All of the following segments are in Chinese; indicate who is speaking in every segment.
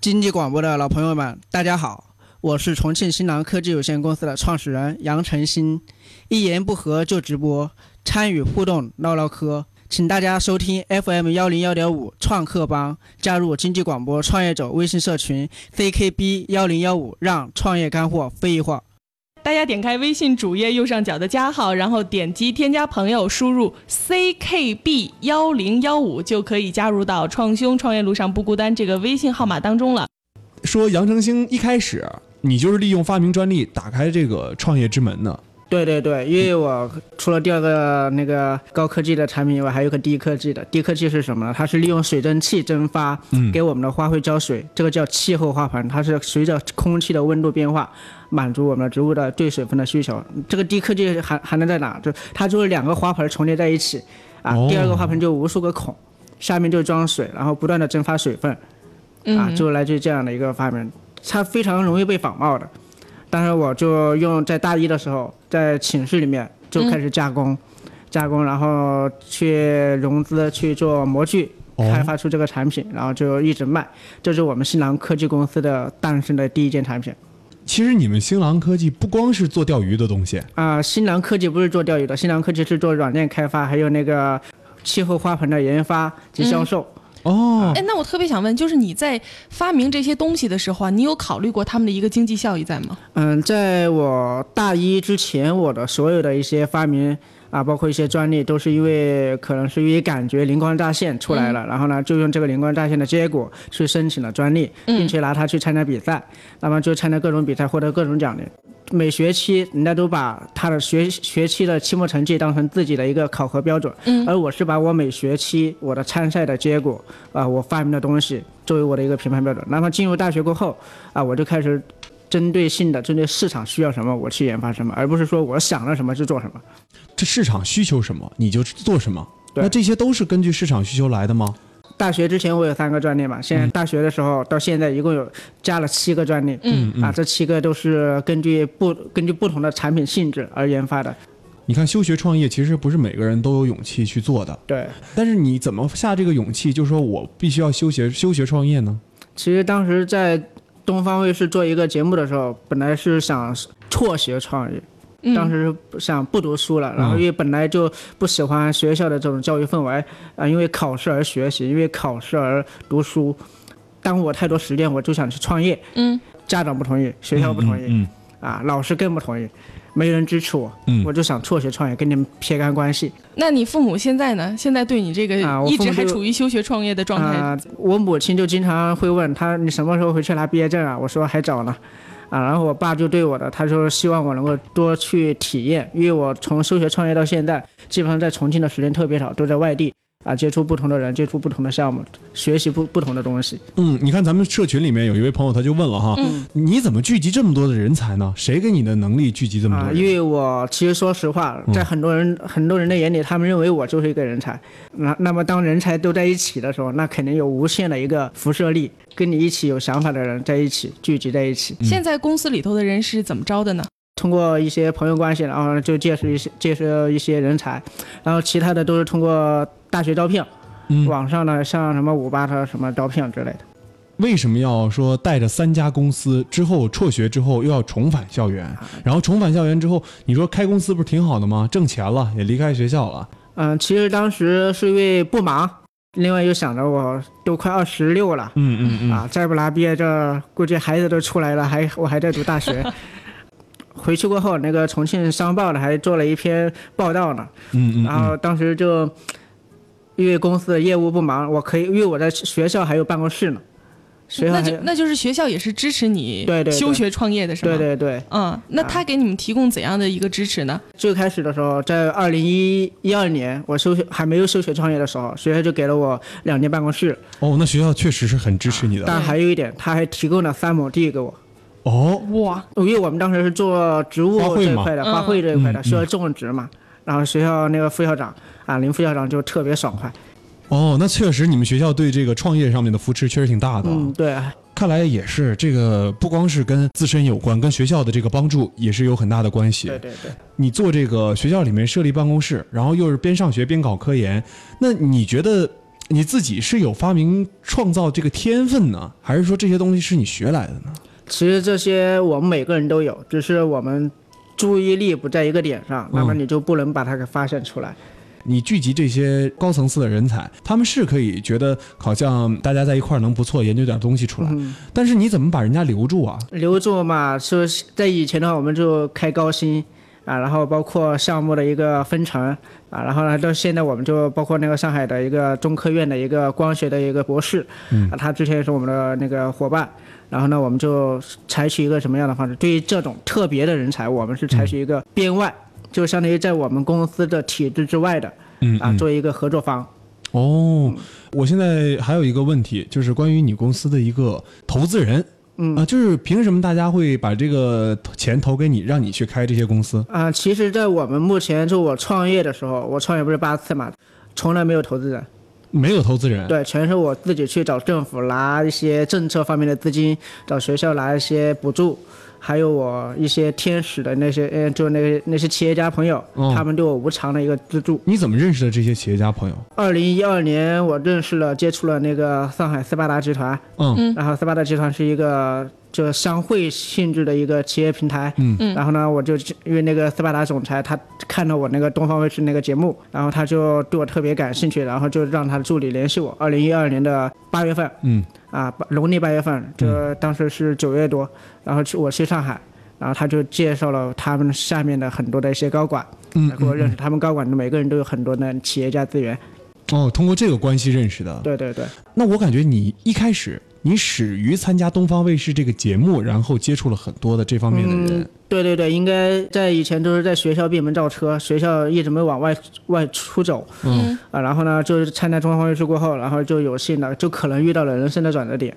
Speaker 1: 经济广播的老朋友们，大家好，我是重庆新廊科技有限公司的创始人杨晨星，一言不合就直播，参与互动唠唠嗑，请大家收听 FM 幺零幺点五创客帮，加入经济广播创业者微信社群 CKB 幺零幺五，让创业干货飞一会儿。
Speaker 2: 大家点开微信主页右上角的加号，然后点击添加朋友，输入 ckb 幺零幺五就可以加入到“创兄创业路上不孤单”这个微信号码当中了。
Speaker 3: 说杨成兴一开始你就是利用发明专利打开这个创业之门的，
Speaker 1: 对对对，因为我除了第二个那个高科技的产品以外，还有个低科技的。低科技是什么呢？它是利用水蒸气蒸发
Speaker 3: 嗯
Speaker 1: 给我们的花卉浇水，这个叫气候花盆，它是随着空气的温度变化，满足我们的植物的对水分的需求。这个低科技含含量在哪？就它就是两个花盆重叠在一起啊，
Speaker 3: 哦
Speaker 1: 第二个花盆就无数个孔，下面就装水，然后不断的蒸发水分。啊，
Speaker 2: 嗯，
Speaker 1: 就来自这样的一个发明，它非常容易被仿冒的。当时我就用在大一的时候，在寝室里面就开始加工，加工，然后去融资去做模具，
Speaker 3: 哦
Speaker 1: 开发出这个产品，然后就一直卖。这是我们新浪科技公司的诞生的第一件产品。
Speaker 3: 其实你们新郎科技不光是做钓鱼的东西，
Speaker 1: 啊、新浪科技不是做钓鱼的，新浪科技是做软件开发，还有那个气候花盆的研发及销售。嗯
Speaker 3: 哦，
Speaker 2: 哎，那我特别想问，就是你在发明这些东西的时候啊，你有考虑过他们的一个经济效益在吗？
Speaker 1: 嗯，在我大一之前，我的所有的一些发明啊，包括一些专利，都是因为可能是因为感觉灵光乍现出来了，然后呢，就用这个灵光乍现的结果去申请了专利，并且拿它去参加比赛，那么就参加各种比赛，获得各种奖励。每学期人家都把他的学学期的期末成绩当成自己的一个考核标准，而我是把我每学期我的参赛的结果啊、我发明的东西作为我的一个评判标准。那么进入大学过后啊、我就开始针对性的针对市场需要什么，我去研发什么，而不是说我想了什么就做什么。
Speaker 3: 这市场需求什么你就做什么，
Speaker 1: 对
Speaker 3: 那这些都是根据市场需求来的吗？
Speaker 1: 大学之前我有三个专利嘛，现在大学的时候到现在一共有加了七个专利，
Speaker 3: 嗯
Speaker 1: 啊，这七个都是根据不根据不同的产品性质而研发的。
Speaker 3: 你看，休学创业其实不是每个人都有勇气去做的，
Speaker 1: 对，
Speaker 3: 但是你怎么下这个勇气，就说我必须要休学休学创业呢？
Speaker 1: 其实当时在东方卫视做一个节目的时候，本来是想辍学创业，
Speaker 2: 嗯
Speaker 1: 当时想不读书了，
Speaker 3: 嗯
Speaker 1: 然后因为本来就不喜欢学校的这种教育氛围，啊、因为考试而学习，因为考试而读书，耽误我太多时间，我就想去创业。
Speaker 2: 嗯，
Speaker 1: 家长不同意，学校不同意，
Speaker 3: 嗯
Speaker 1: 啊，老师更不同意，没人支持我，
Speaker 3: 嗯
Speaker 1: 我就想辍学创业，跟你们撇干关系。
Speaker 2: 那你父母现在呢？现在对你这个
Speaker 1: 啊我
Speaker 2: 一
Speaker 1: 父
Speaker 2: 直
Speaker 1: 母
Speaker 2: 还
Speaker 1: 就
Speaker 2: 处于休学创业的状态，
Speaker 1: 啊、我母亲就经常会问他：“你什么时候回去拿毕业证啊？”我说：“还早呢。”啊，然后我爸就对我的，他说希望我能够多去体验，因为我从休学创业到现在，基本上在重庆的时间特别少，都在外地啊，接触不同的人，接触不同的项目，学习不不同的东西。
Speaker 3: 嗯，你看咱们社群里面有一位朋友他就问了哈，
Speaker 2: 嗯
Speaker 3: 你怎么聚集这么多的人才呢？谁给你的能力聚集
Speaker 2: 嗯
Speaker 3: 这么
Speaker 1: 啊
Speaker 3: 多，
Speaker 1: 因
Speaker 3: 人？
Speaker 1: 为我其实说实话，在很多人、很多人的眼里，他们认为我就是一个人才。那那么当人才都在一起的时候，那肯定有无限的一个辐射力，跟你一起有想法的人在一起聚集在一起，
Speaker 2: 现在公司里头的人是怎么招的呢？
Speaker 1: 通过一些朋友关系，然后就介绍一些介绍一些人才，然后其他的都是通过大学招聘，
Speaker 3: 嗯
Speaker 1: 网上的像什么五八的什么招聘之类的。
Speaker 3: 为什么要说带着三家公司之后辍学之后又要重返校园？然后重返校园之后，你说开公司不是挺好的吗？挣钱了，也离开学校了。
Speaker 1: 嗯，其实当时是因为不忙，另外又想着我都快二十六了。
Speaker 3: 嗯嗯嗯。
Speaker 1: 啊，再不拿毕业证，估计孩子都出来了，还我还在读大 学。回去过后，那个重庆商报呢还做了一篇报道呢，
Speaker 3: 嗯嗯
Speaker 1: 然后当时就因为公司的业务不忙，我可以因为我在学校还有办公室呢，学校还
Speaker 2: 那就
Speaker 1: 有
Speaker 2: 那就是学校也是支持你
Speaker 1: 对对对
Speaker 2: 休学创业的是吗？
Speaker 1: 对对对，
Speaker 2: 嗯，那他给你们提供怎样的一个支持呢？
Speaker 1: 最开始的时候，在二零一一二年我休学还没有休学创业的时候，学校就给了我两间办公室，
Speaker 3: 哦，那学校确实是很支持你的。
Speaker 1: 但还有一点，他还提供了三亩地给我，
Speaker 3: 哦，
Speaker 2: 哇，
Speaker 1: 因为我们当时是做植物
Speaker 3: 花卉
Speaker 1: 这一
Speaker 3: 嘛
Speaker 1: 块的，
Speaker 2: 嗯
Speaker 1: 花卉这一块的，
Speaker 3: 嗯
Speaker 1: 需要种植嘛。然后学校那个副校长啊，林副校长就特别爽快。
Speaker 3: 哦，那确实你们学校对这个创业上面的扶持确实挺大的啊。
Speaker 1: 嗯，对啊，
Speaker 3: 看来也是这个不光是跟自身有关，跟学校的这个帮助也是有很大的关系。
Speaker 1: 对对对。
Speaker 3: 你做这个学校里面设立办公室，然后又是边上学边搞科研，那你觉得你自己是有发明创造这个天分呢，还是说这些东西是你学来的呢？
Speaker 1: 其实这些我们每个人都有，只是我们注意力不在一个点上，那么
Speaker 3: 嗯
Speaker 1: 你就不能把它给发现出来。
Speaker 3: 你聚集这些高层次的人才，他们是可以觉得好像大家在一块儿能不错研究点东西出来，但是你怎么把人家留住啊？
Speaker 1: 留住嘛，就是在以前的话，我们就开高薪啊，然后包括项目的一个分成啊，然后呢，到现在我们就包括那个上海的一个中科院的一个光学的一个博士，
Speaker 3: 嗯
Speaker 1: 啊，他之前也是我们的那个伙伴，然后呢，我们就采取一个什么样的方式？对于这种特别的人才，我们是采取一
Speaker 3: 嗯
Speaker 1: 个编外，就相当于在我们公司的体制之外的
Speaker 3: 嗯
Speaker 1: 啊，做一个合作方。
Speaker 3: 哦，我现在还有一个问题，就是关于你公司的一个投资人。嗯啊，就是凭什么大家会把这个钱投给你，让你去开这些公司？
Speaker 1: 啊、其实，在我们目前就我创业的时候，我创业不是八次嘛，从来没有投资人，
Speaker 3: 没有投资人，
Speaker 1: 对，全是我自己去找政府拿一些政策方面的资金，找学校拿一些补助，还有我一些天使的那些，呃，就那那些企业家朋友，
Speaker 3: 哦
Speaker 1: 他们对我无偿的一个资助。
Speaker 3: 你怎么认识的这些企业家朋友？
Speaker 1: 二零一二年，我认识了接触了那个上海斯巴达集团，
Speaker 3: 嗯
Speaker 1: 然后斯巴达集团是一个就商会性质的一个企业平台，嗯嗯，然后呢，我就因为那个斯巴达总裁他看到我那个东方卫视那个节目，然后他就对我特别感兴趣，然后就让他的助理联系我，二零一二年的八月份，
Speaker 3: 嗯
Speaker 1: 啊，八农历八月份，这当时是九月多，然后去我去上海。然后他就介绍了他们下面的很多的一些高管，
Speaker 3: 嗯
Speaker 1: 然后我认识他们高管的每个人都有很多的企业家资源，
Speaker 3: 哦，通过这个关系认识的。
Speaker 1: 对对对，
Speaker 3: 那我感觉你一开始你始于参加东方卫视这个节目，然后接触了很多的这方面的人。
Speaker 1: 对对对，应该在以前都是在学校闭门造车，学校一直没往外外出走
Speaker 3: 嗯
Speaker 1: 啊。然后呢，就是参加中央卫视过后，然后就有幸的就可能遇到了人生的转折点。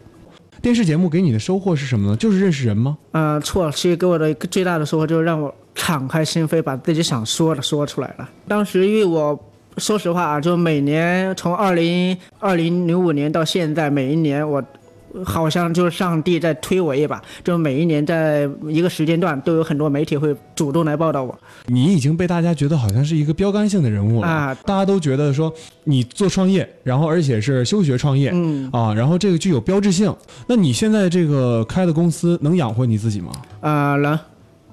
Speaker 3: 电视节目给你的收获是什么呢？就是认识人吗？
Speaker 1: 嗯、错，其实给我的一个最大的收获就是让我敞开心扉，把自己想说的说出来了。当时因为我说实话啊，就每年从二零二零零五年到现在，每一年我。好像就是上帝在推我一把，就每一年在一个时间段都有很多媒体会主动来报道我，
Speaker 3: 你已经被大家觉得好像是一个标杆性的人物了，
Speaker 1: 啊
Speaker 3: 大家都觉得说你做创业，然后而且是休学创业，
Speaker 1: 嗯
Speaker 3: 啊，然后这个具有标志性。那你现在这个开的公司能养活你自己吗？
Speaker 1: 啊、能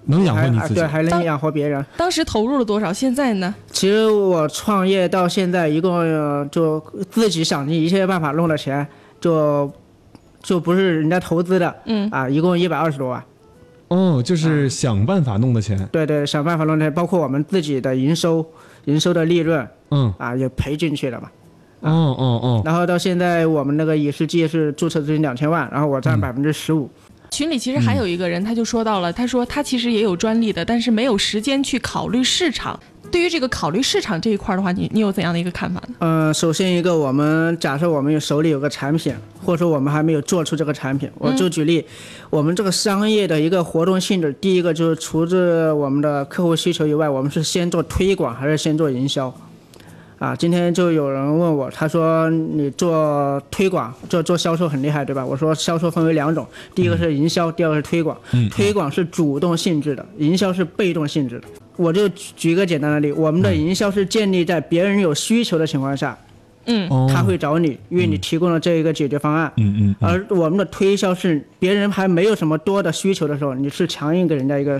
Speaker 3: 能养活
Speaker 1: 还
Speaker 3: 你
Speaker 1: 啊
Speaker 3: 自己
Speaker 1: 对，？还能
Speaker 2: 当
Speaker 1: 养活别人。
Speaker 2: 当时投入了多少？现在呢？
Speaker 1: 其实我创业到现在，一共呃就自己想尽一切办法弄的钱，就就不是人家投资的，嗯啊，一共一百二十多万。
Speaker 3: 哦，就是想办法弄的钱。
Speaker 1: 对对，想办法弄的钱，包括我们自己的营收、营收的利润
Speaker 3: 嗯，
Speaker 1: 啊，也赔进去了嘛。
Speaker 3: 哦哦哦，
Speaker 1: 然后到现在，我们那个影视界是注册资金两千万，然后我占
Speaker 3: 嗯
Speaker 1: 百分之十五。
Speaker 2: 群里其实还有一个人，他就说到了，他说他其实也有专利的，但是没有时间去考虑市场。对于这个考虑市场这一块儿的话，你你有怎样的一个看法呢？
Speaker 1: 嗯，首先一个，我们假设我们有手里有个产品，或者说我们还没有做出这个产品，我就举例，我们这个商业的一个活动性质，第一个就是除了我们的客户需求以外，我们是先做推广还是先做营销？啊，今天就有人问我，他说你做推广，做做销售很厉害，对吧？我说销售分为两种，第一个是营销，第二个是推广。推广是主动性质的，营销是被动性质的。我就举举一个简单的例，我们的营销是建立在别人有需求的情况下，
Speaker 3: 哦
Speaker 1: 他会找你，因为你提供了这一个解决方案。
Speaker 3: 嗯嗯
Speaker 1: 而我们的推销是别人还没有什么多的需求的时候，你是强硬给人家一个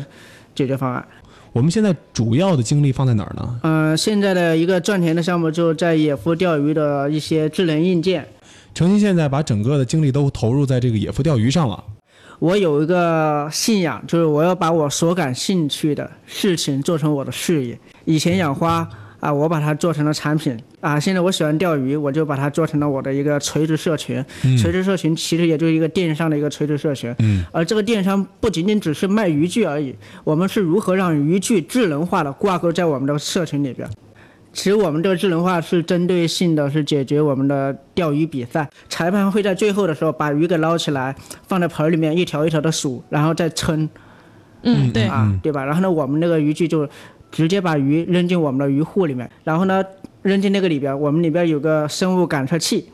Speaker 1: 解决方案。
Speaker 3: 我们现在主要的精力放在哪儿呢？
Speaker 1: 嗯、现在的一个赚钱的项目就在野夫钓鱼的一些智能硬件。
Speaker 3: 程鑫现在把整个的精力都投入在这个野夫钓鱼上了。
Speaker 1: 我有一个信仰，就是我要把我所感兴趣的事情做成我的事业。以前养花啊，我把它做成了产品啊。现在我喜欢钓鱼，我就把它做成了我的一个垂直社群。垂直社群其实也就是一个电商的一个垂直社群。嗯。而这个电商不仅仅只是卖渔具而已，我们是如何让渔具智能化的挂钩在我们的社群里边。其实我们这个智能化是针对性的，是解决我们的钓鱼比赛。裁判会在最后的时候把鱼给捞起来，放在盆儿里面一条一条的数，然后再称
Speaker 2: 嗯，对，
Speaker 1: 啊，对吧？然后呢，我们那个渔具就直接把鱼扔进我们的鱼护里面，然后呢扔进那个里边儿，我们里边有个生物感测器。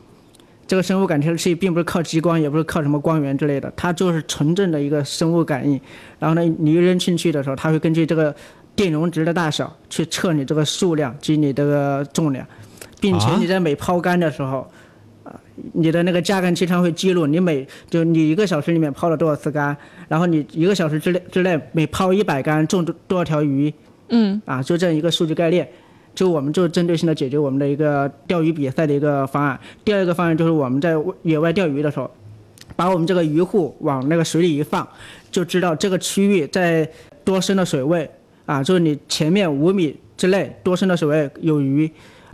Speaker 1: 这个生物感测器并不是靠激光，也不是靠什么光源之类的，它就是纯正的一个生物感应。然后呢，你一扔进去的时候，它会根据这个电容值的大小去测你这个数量及你这个重量，并且
Speaker 3: 啊
Speaker 1: 你在每抛竿的时候，你的那个价杆机舱会记录你每就你一个小时里面抛了多少次竿，然后你一个小时之内之内每抛一百竿中多多少条鱼
Speaker 2: 嗯，
Speaker 1: 啊，就这样一个数据概念。就我们就针对性的解决我们的一个钓鱼比赛的一个方案。第二个方案就是我们在野外钓鱼的时候，把我们这个鱼护往那个水里一放，就知道这个区域在多深的水位啊，就是你前面五米之内多深的水位有鱼，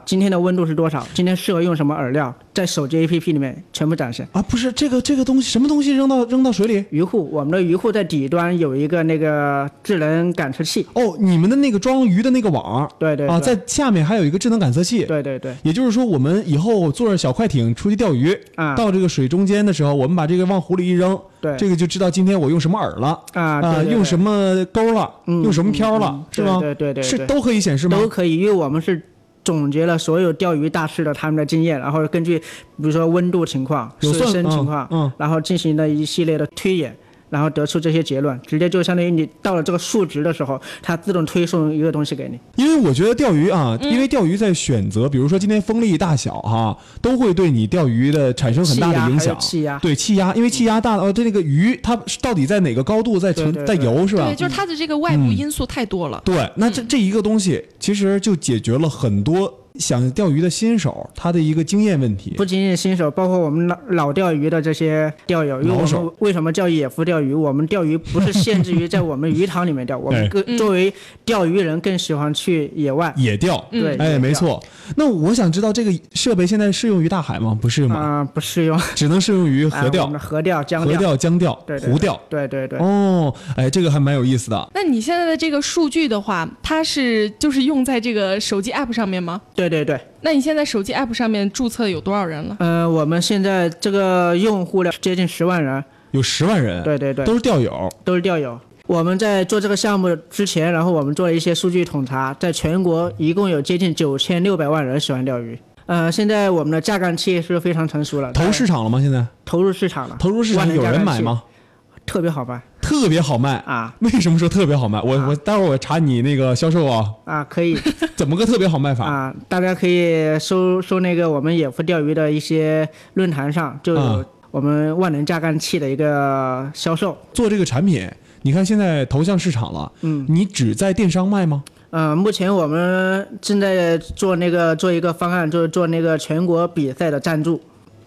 Speaker 1: 今天的温度是多少，今天适合用什么饵料，在手机 APP 里面全部展现。
Speaker 3: 啊，不是这个这个东西，什么东西扔到扔到水里？
Speaker 1: 鱼护，我们的鱼护在底端有一个那个智能感测器，
Speaker 3: 哦，你们的那个装鱼的那个网
Speaker 1: 对对
Speaker 3: 啊，
Speaker 1: 对
Speaker 3: 在下面还有一个智能感测器。
Speaker 1: 对对对，
Speaker 3: 也就是说，我们以后坐着小快艇出去钓鱼，
Speaker 1: 啊
Speaker 3: 到这个水中间的时候，我们把这个往湖里一扔，
Speaker 1: 对
Speaker 3: 这个就知道今天我用什么饵了，
Speaker 1: 啊
Speaker 3: 啊，
Speaker 1: 对对
Speaker 3: 用什么钩了，
Speaker 1: 嗯
Speaker 3: 用什么漂
Speaker 1: 嗯
Speaker 3: 了
Speaker 1: 嗯，
Speaker 3: 是吗？
Speaker 1: 对对对对
Speaker 3: 是
Speaker 1: 对
Speaker 3: 都可以显示吗？
Speaker 1: 都可以，因为我们是总结了所有钓鱼大师的他们的经验，然后根据比如说温度情况、
Speaker 3: 有
Speaker 1: 水
Speaker 3: 算
Speaker 1: 深情况，
Speaker 3: 嗯嗯
Speaker 1: 然后进行了一系列的推演，然后得出这些结论，直接就相当于你到了这个数值的时候，它自动推送一个东西给你。
Speaker 3: 因为我觉得钓鱼啊，
Speaker 1: 嗯
Speaker 3: 因为钓鱼在选择，比如说今天风力大小哈、都会对你钓鱼的产生很大的影响。
Speaker 1: 气压还有气压
Speaker 3: 对气压，因为气压大哦，这那个鱼它是到底在哪个高度在存
Speaker 1: 对对嗯
Speaker 3: 在游是吧？
Speaker 2: 对，就是它的这个外部因素太多了。
Speaker 3: 对，那这这一个东西其实就解决了很多想钓鱼的新手他的一个经验问题。
Speaker 1: 不仅仅新手，包括我们老老钓鱼的这些钓友，因为我
Speaker 3: 老手
Speaker 1: 们为什么叫野夫钓鱼？我们钓鱼不是限制于在我们鱼塘里面 钓，我们更作为钓鱼人更喜欢去野外。
Speaker 3: 野钓，
Speaker 2: 嗯
Speaker 1: 对，
Speaker 3: 哎，
Speaker 1: 野
Speaker 3: 没
Speaker 1: 钓。
Speaker 3: 错。那我想知道这个设备现在适用于大海吗？不适用吧，
Speaker 1: 啊、不适用。
Speaker 3: 只能适用于河
Speaker 1: 啊我
Speaker 3: 钓
Speaker 1: 们、的河钓、江
Speaker 3: 河
Speaker 1: 钓、
Speaker 3: 钓、江钓
Speaker 1: 对、对
Speaker 3: 湖钓。
Speaker 1: 对对对，
Speaker 3: 哦，哎，这个还蛮有意思的。
Speaker 2: 那你现在的这个数据的话，它是就是用在这个手机 app 上面吗？
Speaker 1: 对对对，
Speaker 2: 那你现在手机 app 上面注册有多少人了？
Speaker 1: 呃，我们现在这个用户量接近十万人，
Speaker 3: 有十万人，
Speaker 1: 对对对
Speaker 3: 嗯
Speaker 1: 啊
Speaker 3: 都，是钓友。
Speaker 1: 都是钓友。我们在做这个项目之前，然后我们做了一些数据统查，在全国一共有接近九千六百万人喜欢钓鱼。呃，现在我们的榨干器是非常成熟了，
Speaker 3: 投
Speaker 1: 它
Speaker 3: 市场了吗？现在
Speaker 1: 投入市场了，
Speaker 3: 投入市
Speaker 1: 啊万能
Speaker 3: 场有
Speaker 1: 榨
Speaker 3: 人
Speaker 1: 干
Speaker 3: 买
Speaker 1: 器？
Speaker 3: 吗？
Speaker 1: 特别好办
Speaker 3: 特别好卖。
Speaker 1: 啊
Speaker 3: 为什么说特别好卖？我我待会儿我查你那个销售啊，
Speaker 1: 啊，可以
Speaker 3: 怎么个特别好卖法？
Speaker 1: 啊，大家可以搜搜那个我们野夫钓鱼的一些论坛上就有
Speaker 3: 啊
Speaker 1: 我们万能榨干器的一个销售。
Speaker 3: 做这个产品，你看现在投向市场了，
Speaker 1: 嗯，
Speaker 3: 你只在电商卖吗？
Speaker 1: 呃，目前我们正在做那个做一个方案，就是做那个全国比赛的赞助。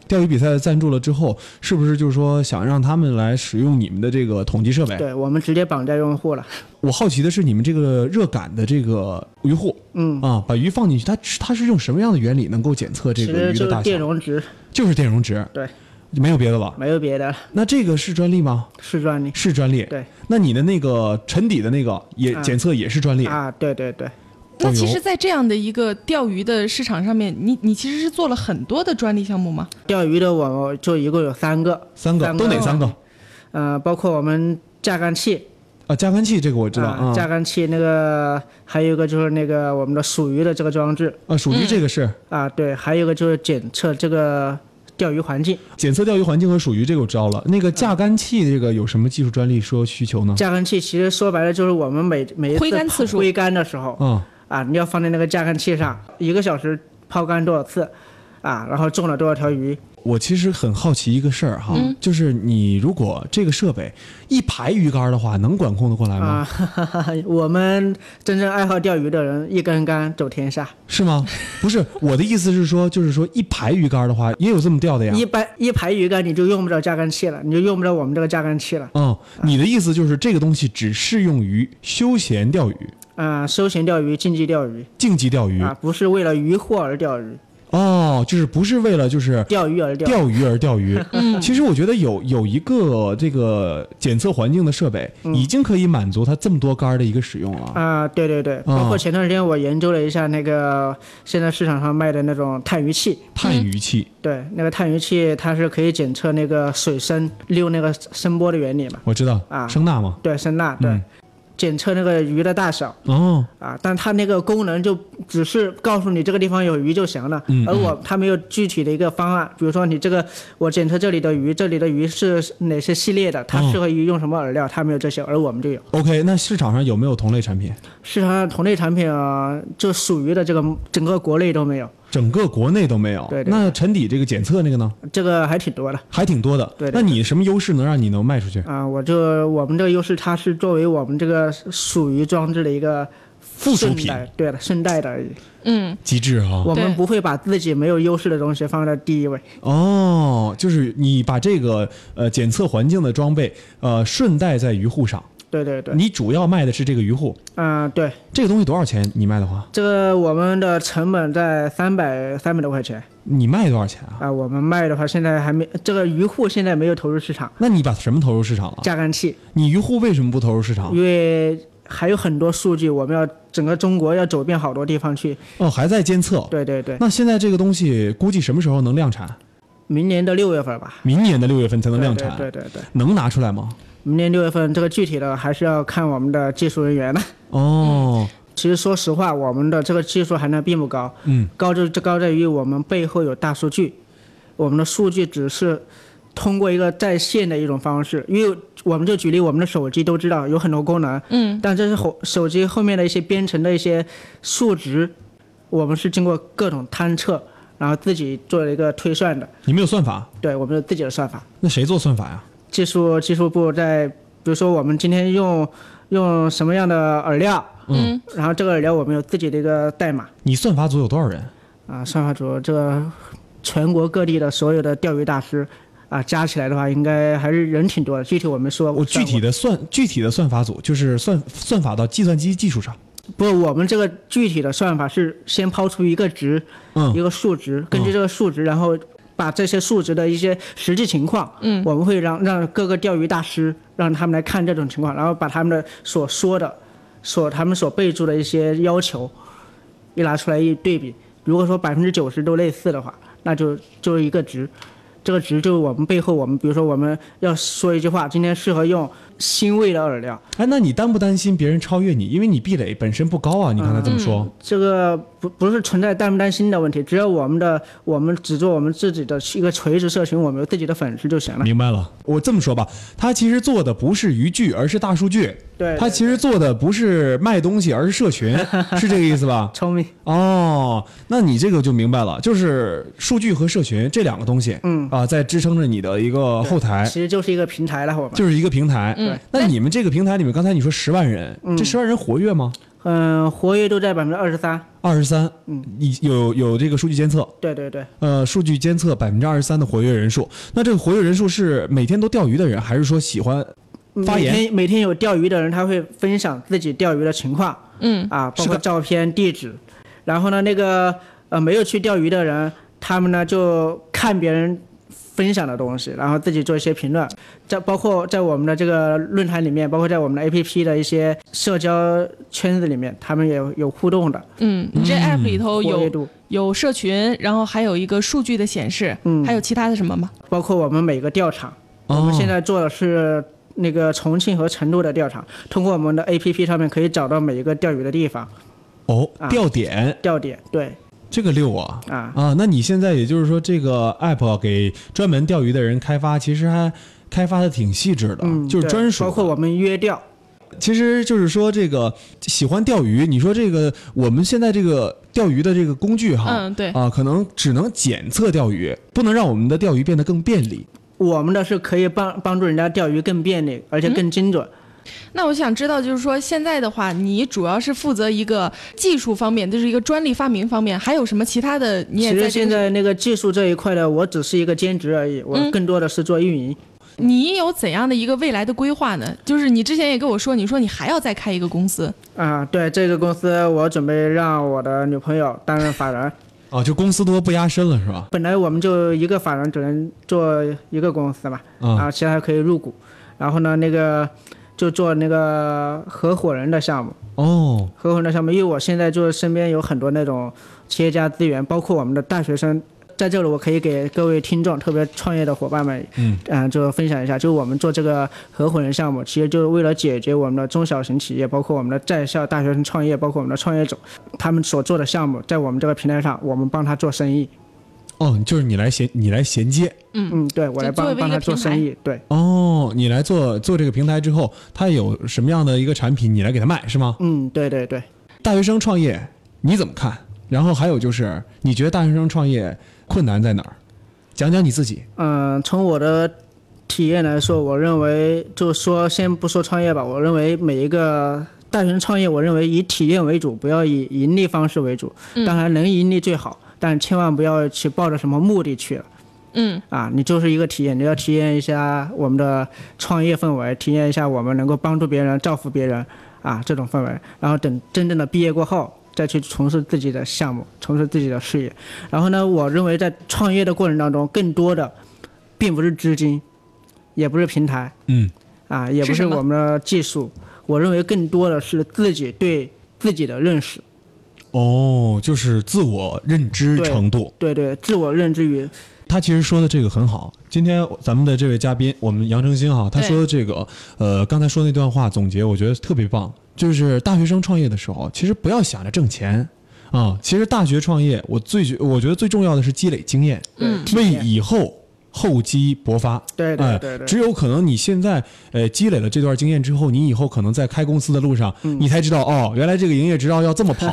Speaker 3: 钓鱼比赛赞助了之后，是不是就是说想让他们来使用你们的这个统计设备？
Speaker 1: 对，我们直接绑架用户了。
Speaker 3: 我好奇的是，你们这个热感的这个鱼护
Speaker 1: 嗯，
Speaker 3: 啊，把鱼放进去，它它是用什么样的原理能够检测这
Speaker 1: 其
Speaker 3: 个
Speaker 1: 实
Speaker 3: 鱼
Speaker 1: 就是
Speaker 3: 的大
Speaker 1: 电
Speaker 3: 小？
Speaker 1: 容值，
Speaker 3: 就是电容值，
Speaker 1: 对，嗯
Speaker 3: 没有别的了。
Speaker 1: 没有别的了，
Speaker 3: 那这个是专利吗？
Speaker 1: 是专利。
Speaker 3: 是专利。
Speaker 1: 对
Speaker 3: 那你的那个沉底的那个也
Speaker 1: 啊
Speaker 3: 检测也是专利，
Speaker 1: 啊，对对对，
Speaker 2: 那其
Speaker 3: 哦
Speaker 2: 实，
Speaker 3: 哟
Speaker 2: 在这样的一个钓鱼的市场上面，你你其实是做了很多的专利项目吗？
Speaker 1: 钓鱼的我就一共有三个，
Speaker 3: 三个
Speaker 1: 三个
Speaker 3: 都哪三个？
Speaker 1: 呃，包括我们榨干器，
Speaker 3: 啊，加干器这个我知道
Speaker 1: 啊
Speaker 3: 啊，
Speaker 1: 榨干器那个，还有一个就是那个我们的数鱼的这个装置
Speaker 3: 啊，属于这个是
Speaker 1: 啊，对，还有一个就是检测这个钓鱼环境。
Speaker 3: 检测钓鱼环境和属于这个我知道了。那个
Speaker 1: 嗯
Speaker 3: 榨干器这个有什么技术专利说需求呢？
Speaker 1: 榨干器其实说白了就是我们每每一次
Speaker 2: 挥竿次数
Speaker 1: 挥竿的时候，
Speaker 3: 啊，
Speaker 1: 啊，你要放在那个榨干器上，一个小时抛竿多少次，啊，然后中了多少条鱼，
Speaker 3: 我其实很好奇一个事儿哈，
Speaker 1: 嗯
Speaker 3: 就是你如果这个设备一排鱼竿的话，能管控得过来吗？
Speaker 1: 啊， 哈哈哈哈我们真正爱好钓鱼的人，一根竿走天下。
Speaker 3: 是吗？不是，我的意思是说，就是说一排鱼竿的话，也有这么钓的呀。
Speaker 1: 一般一排鱼竿你就用不着榨干器了，你就用不着我们这个榨干器了。
Speaker 3: 嗯，你的意思就是这个东西只适用于休闲钓鱼、
Speaker 1: 啊，休闲钓鱼、竞技钓鱼
Speaker 3: 竞技钓鱼
Speaker 1: 啊，不是为了渔获而钓鱼，
Speaker 3: 哦，就是不是为了就是
Speaker 1: 钓鱼嗯而钓。
Speaker 3: 钓鱼而钓 鱼。其实我觉得有有一个这个检测环境的设备，已经可以满足它这么多杆儿的一个使用了。
Speaker 1: 嗯啊，对对对，包
Speaker 3: 哦
Speaker 1: 括前段时间我研究了一下那个现在市场上卖的那种探鱼器，
Speaker 3: 探鱼器，
Speaker 1: 对，那个探鱼器它是可以检测那个水深溜那个声波的原理嘛，
Speaker 3: 我知道
Speaker 1: 啊
Speaker 3: 声呐嘛。
Speaker 1: 对，声呐，对，
Speaker 3: 嗯
Speaker 1: 检测那个鱼的大小
Speaker 3: 哦，
Speaker 1: 啊，但它那个功能就只是告诉你这个地方有鱼就行了，
Speaker 3: 嗯
Speaker 1: 而我它没有具体的一个方案，比如说你这个我检测这里的鱼，这里的鱼是哪些系列的，它
Speaker 3: 哦
Speaker 1: 适合于用什么饵料，它没有这些，而我们就有。
Speaker 3: OK，那市场上有没有同类产品？
Speaker 1: 市场上同类产品啊，就属于的这个整个国内都没有
Speaker 3: 整个国内都没有。
Speaker 1: 对对
Speaker 3: 那沉底这个检测那个呢，
Speaker 1: 这个还挺多的
Speaker 3: 还挺多的。
Speaker 1: 对对
Speaker 3: 那你什么优势能让你能卖出去？
Speaker 1: 啊、我这我们这个优势，它是作为我们这个属于装置的一个
Speaker 3: 附属
Speaker 1: 顺
Speaker 3: 品
Speaker 1: 带，对的，顺带的而已。
Speaker 2: 嗯，
Speaker 3: 机制啊哈、
Speaker 1: 我们
Speaker 2: 对
Speaker 1: 不会把自己没有优势的东西放在第一位。
Speaker 3: 哦，就是你把这个呃检测环境的装备呃顺带在鱼护上，
Speaker 1: 对对对，
Speaker 3: 你主要卖的是这个鱼护，
Speaker 1: 嗯、对，
Speaker 3: 这个东西多少钱？你卖的话，
Speaker 1: 这个我们的成本在三百三百多块钱
Speaker 3: 你卖多少钱啊？
Speaker 1: 啊、我们卖的话，现在还没这个鱼护现在没有投入市场，
Speaker 3: 那你把什么投入市场了？
Speaker 1: 榨干器，
Speaker 3: 你鱼护为什么不投入市场？
Speaker 1: 因为还有很多数据，我们要整个中国要走遍好多地方去。
Speaker 3: 哦，还在监测。
Speaker 1: 对对对，
Speaker 3: 那现在这个东西估计什么时候能量产？
Speaker 1: 明年的六月份吧，
Speaker 3: 明年的六月份才能量产，
Speaker 1: 对对对对对，
Speaker 3: 能拿出来吗？
Speaker 1: 明年六月份这个具体的还是要看我们的技术人员的。
Speaker 3: 哦，
Speaker 1: 其实说实话，我们的这个技术含量并不高，
Speaker 3: 嗯，
Speaker 1: 高就就高在于我们背后有大数据，我们的数据只是通过一个在线的一种方式，因为我们就举例，我们的手机都知道有很多功能，嗯，但这是后手机后面的一些编程的一些数值，我们是经过各种探测，然后自己做了一个推算的，
Speaker 3: 你们有算法？
Speaker 1: 对我们有自己的算法。
Speaker 3: 那谁做算法呀？
Speaker 1: 技术技术部在，比如说我们今天用用什么样的饵料，
Speaker 2: 嗯，
Speaker 1: 然后这个饵料我们有自己的一个代码
Speaker 3: 你算法组有多少人？
Speaker 1: 啊，算法组这个全国各地的所有的钓鱼大师啊，加起来的话应该还是人挺多的，具呃体我没说，
Speaker 3: 我具体
Speaker 1: 的
Speaker 3: 的算具体的算法组就是算算法到计算机技术上。
Speaker 1: 不，我们这个具体的算法是先抛出一个值，
Speaker 3: 嗯
Speaker 1: 一个数值，根据这个数值，然后把这些数值的一些实际情况，嗯，我们会让让各个钓鱼大师让他们来看这种情况，然后把他们的所说的、所他们所备注的一些要求，一拿出来一对比，如果说百分之九十都类似的话，那就就是一个值。这个值就是我们背后，我们比如说我们要说一句话，今天适合用腥味的饵料，
Speaker 3: 哎，那你担不担心别人超越你？因为你壁垒本身不高啊，你刚才这么说。
Speaker 1: 这个不不是存在担不担心的问题，只要我们的我们只做我们自己的一个垂直社群，我们有自己的粉丝就行了。
Speaker 3: 明白了，我这么说吧，他其实做的不是渔具，而是大数据。
Speaker 1: 对，
Speaker 3: 他
Speaker 1: 对
Speaker 3: 其实做的不是卖东西，而是 社群，是这个意思吧？
Speaker 1: 聪明，
Speaker 3: 哦，那你这个就明白了，就是数据和社群这两个东西，
Speaker 1: 嗯
Speaker 3: 啊，在支撑着你的一个后台，
Speaker 1: 其实就是一个平台了，我们。
Speaker 3: 哎就是一个平台。嗯，那你们这个平台里面，刚才你说十万人，这十万人活跃吗？
Speaker 1: 嗯，活跃度在百分之二十三。
Speaker 3: 二十三，嗯你有有这个数据监测，
Speaker 1: 对对对，
Speaker 3: 呃，数据监测百分之二十三的活跃人数。那这个活跃人数是每天都钓鱼的人，还是说喜欢发
Speaker 1: 每
Speaker 3: 言
Speaker 1: 天每天有钓鱼的人，他会分享自己钓鱼的情况，嗯啊，包
Speaker 3: 是
Speaker 1: 括
Speaker 3: 的
Speaker 1: 照片、地址。然后呢，那个呃没有去钓鱼的人，他们呢就看别人分享的东西，然后自己做一些评论，在包括在我们的这个论坛里面，包括在我们的 APP 的一些社交圈子里面，他们也有有互动的
Speaker 2: 嗯，你这 app 里
Speaker 1: 活
Speaker 2: 头有
Speaker 1: 跃度，
Speaker 2: 有社群，然后还有一个数据的显示，
Speaker 1: 嗯
Speaker 2: 还有其他的什么吗？
Speaker 1: 包括我们每个钓场，
Speaker 3: 哦
Speaker 1: 我们现在做的是。那个重庆和成都的钓场，通过我们的 A P P 上面可以找到每一个钓鱼的地方、
Speaker 3: 哦
Speaker 1: 啊
Speaker 3: 钓点？
Speaker 1: 钓点，对
Speaker 3: 这个六啊
Speaker 1: 啊，
Speaker 3: 啊，那你现在也就是说，这个 app 啊给专门钓鱼的人开发，其实还开发的挺细致的，
Speaker 1: 嗯，
Speaker 3: 就是
Speaker 1: 对
Speaker 3: 专属的。
Speaker 1: 包括我们约钓，
Speaker 3: 其实就是说，这个喜欢钓鱼，你说这个我们现在这个钓鱼的这个工具哈，
Speaker 2: 嗯对
Speaker 3: 啊，可能只能检测钓鱼，不能让我们的钓鱼变得更便利。
Speaker 1: 我们的是可以帮帮助人家钓鱼更便利，而且
Speaker 2: 嗯
Speaker 1: 更精准。
Speaker 2: 那我想知道，就是说现在的话，你主要是负责一个技术方面，就是一个专利发明方面，还有什么其他的？你也
Speaker 1: 其实
Speaker 2: 在这
Speaker 1: 现
Speaker 2: 个
Speaker 1: 在那个技术这一块的，我只是一个兼职而已，我
Speaker 2: 嗯
Speaker 1: 更多的是做运营。
Speaker 2: 你有怎样的一个未来的规划呢？就是你之前也跟我说，你说你还要再开一个公司，
Speaker 1: 啊，对这个公司，我准备让我的女朋友担任法人。
Speaker 3: 啊，就公司多不压身了是吧？
Speaker 1: 本来我们就一个法人只能做一个公司嘛，
Speaker 3: 啊
Speaker 1: 啊，其他可以入股。然后呢，那个就做那个合伙人的项目。
Speaker 3: 哦，
Speaker 1: 合伙人的项目，因为我啊现在就是身边有很多那种企业家资源，包括我们的大学生，在这里我可以给各位听众，特别创业的伙伴们，
Speaker 3: 嗯，
Speaker 1: 嗯，就分享一下，就是我们做这个合伙人项目，其实就是为了解决我们的中小型企业，包括我们的在校大学生创业，包括我们的创业者，他们所做的项目，在我们这个平台上，我们帮他做生意，
Speaker 3: 哦，就是你来衔，你来衔接。
Speaker 1: 嗯，对我来
Speaker 2: 就作为
Speaker 1: 帮
Speaker 2: 一个
Speaker 1: 帮他做生意，对，
Speaker 3: 哦，你来做做这个平台之后，它有什么样的一个产品，你来给它卖是吗？
Speaker 1: 嗯，对对对。
Speaker 3: 大学生创业你怎么看？然后还有就是，你觉得大学生创业困难在哪儿？讲讲你自己。
Speaker 1: 嗯，从我的体验来说，我认为就说先不说创业吧，我认为每一个大学生创业，我认为以体验为主，不要以盈利方式为主。当然能盈利最好，但千万不要去抱着什么目的去了。
Speaker 2: 嗯，
Speaker 1: 啊，你就是一个体验，你要体验一下我们的创业氛围，体验一下我们能够帮助别人、造福别人啊这种氛围。然后等真正的毕业过后，再去从事自己的项目，从事自己的事业。然后呢，我认为在创业的过程当中，更多的并不是资金，也不是平台
Speaker 3: 嗯
Speaker 1: 啊，也不
Speaker 2: 是什
Speaker 1: 是
Speaker 2: 么
Speaker 1: 我们的技术，我认为更多的是自己对自己的认识。
Speaker 3: 哦，就是自我认知
Speaker 1: 对
Speaker 3: 程度。
Speaker 1: 对对，自我认知与
Speaker 3: 他其实说的这个很好。今天咱们的这位嘉宾，我们杨成兴哈，他
Speaker 2: 对
Speaker 3: 说的这个，呃，刚才说那段话总结，我觉得特别棒。就是大学生创业的时候，其实不要想着挣钱啊、其实大学创业，我最觉我觉得最重要的是积累经验，
Speaker 2: 嗯
Speaker 1: 体
Speaker 3: 为
Speaker 1: 验
Speaker 3: 以后厚积薄发。
Speaker 1: 对对
Speaker 3: 哎
Speaker 1: 对对
Speaker 3: 只有可能你现在呃积累了这段经验之后，你以后可能在开公司的路上，
Speaker 1: 嗯
Speaker 3: 你才知道哦，原来这个营业执照要这么 跑，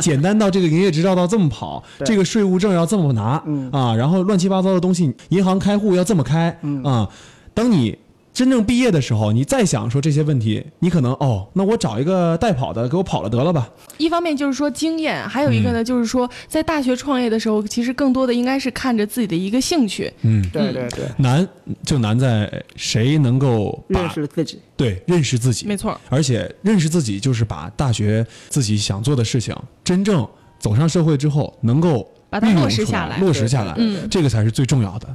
Speaker 3: 简单到这个营业执照到这么跑，
Speaker 1: 对嗯
Speaker 3: 这个税务证要这么拿、啊，然后乱七八糟的东西，银行开户要这么开、
Speaker 1: 嗯
Speaker 3: 啊。当你真正毕业的时候，你再想说这些问题，你可能哦，那我找一个代跑的给我跑了得了吧？
Speaker 2: 一方面就是说经验，还有一个呢，就是说在大学创业的时候，其实更多的应该是看着自己的一个兴趣。
Speaker 3: 嗯，
Speaker 1: 对对对，
Speaker 3: 难就难在谁能够
Speaker 1: 认
Speaker 3: 把
Speaker 1: 识自己。
Speaker 3: 对认识自己，
Speaker 2: 没错，
Speaker 3: 而且认识自己，就是把大学自己想做的事情，真正走上社会之后，能够
Speaker 2: 把它
Speaker 3: 运用
Speaker 2: 落实
Speaker 3: 出
Speaker 2: 下
Speaker 3: 来，
Speaker 2: 来
Speaker 3: 落实下来，
Speaker 2: 嗯
Speaker 3: 这个才是最重要的。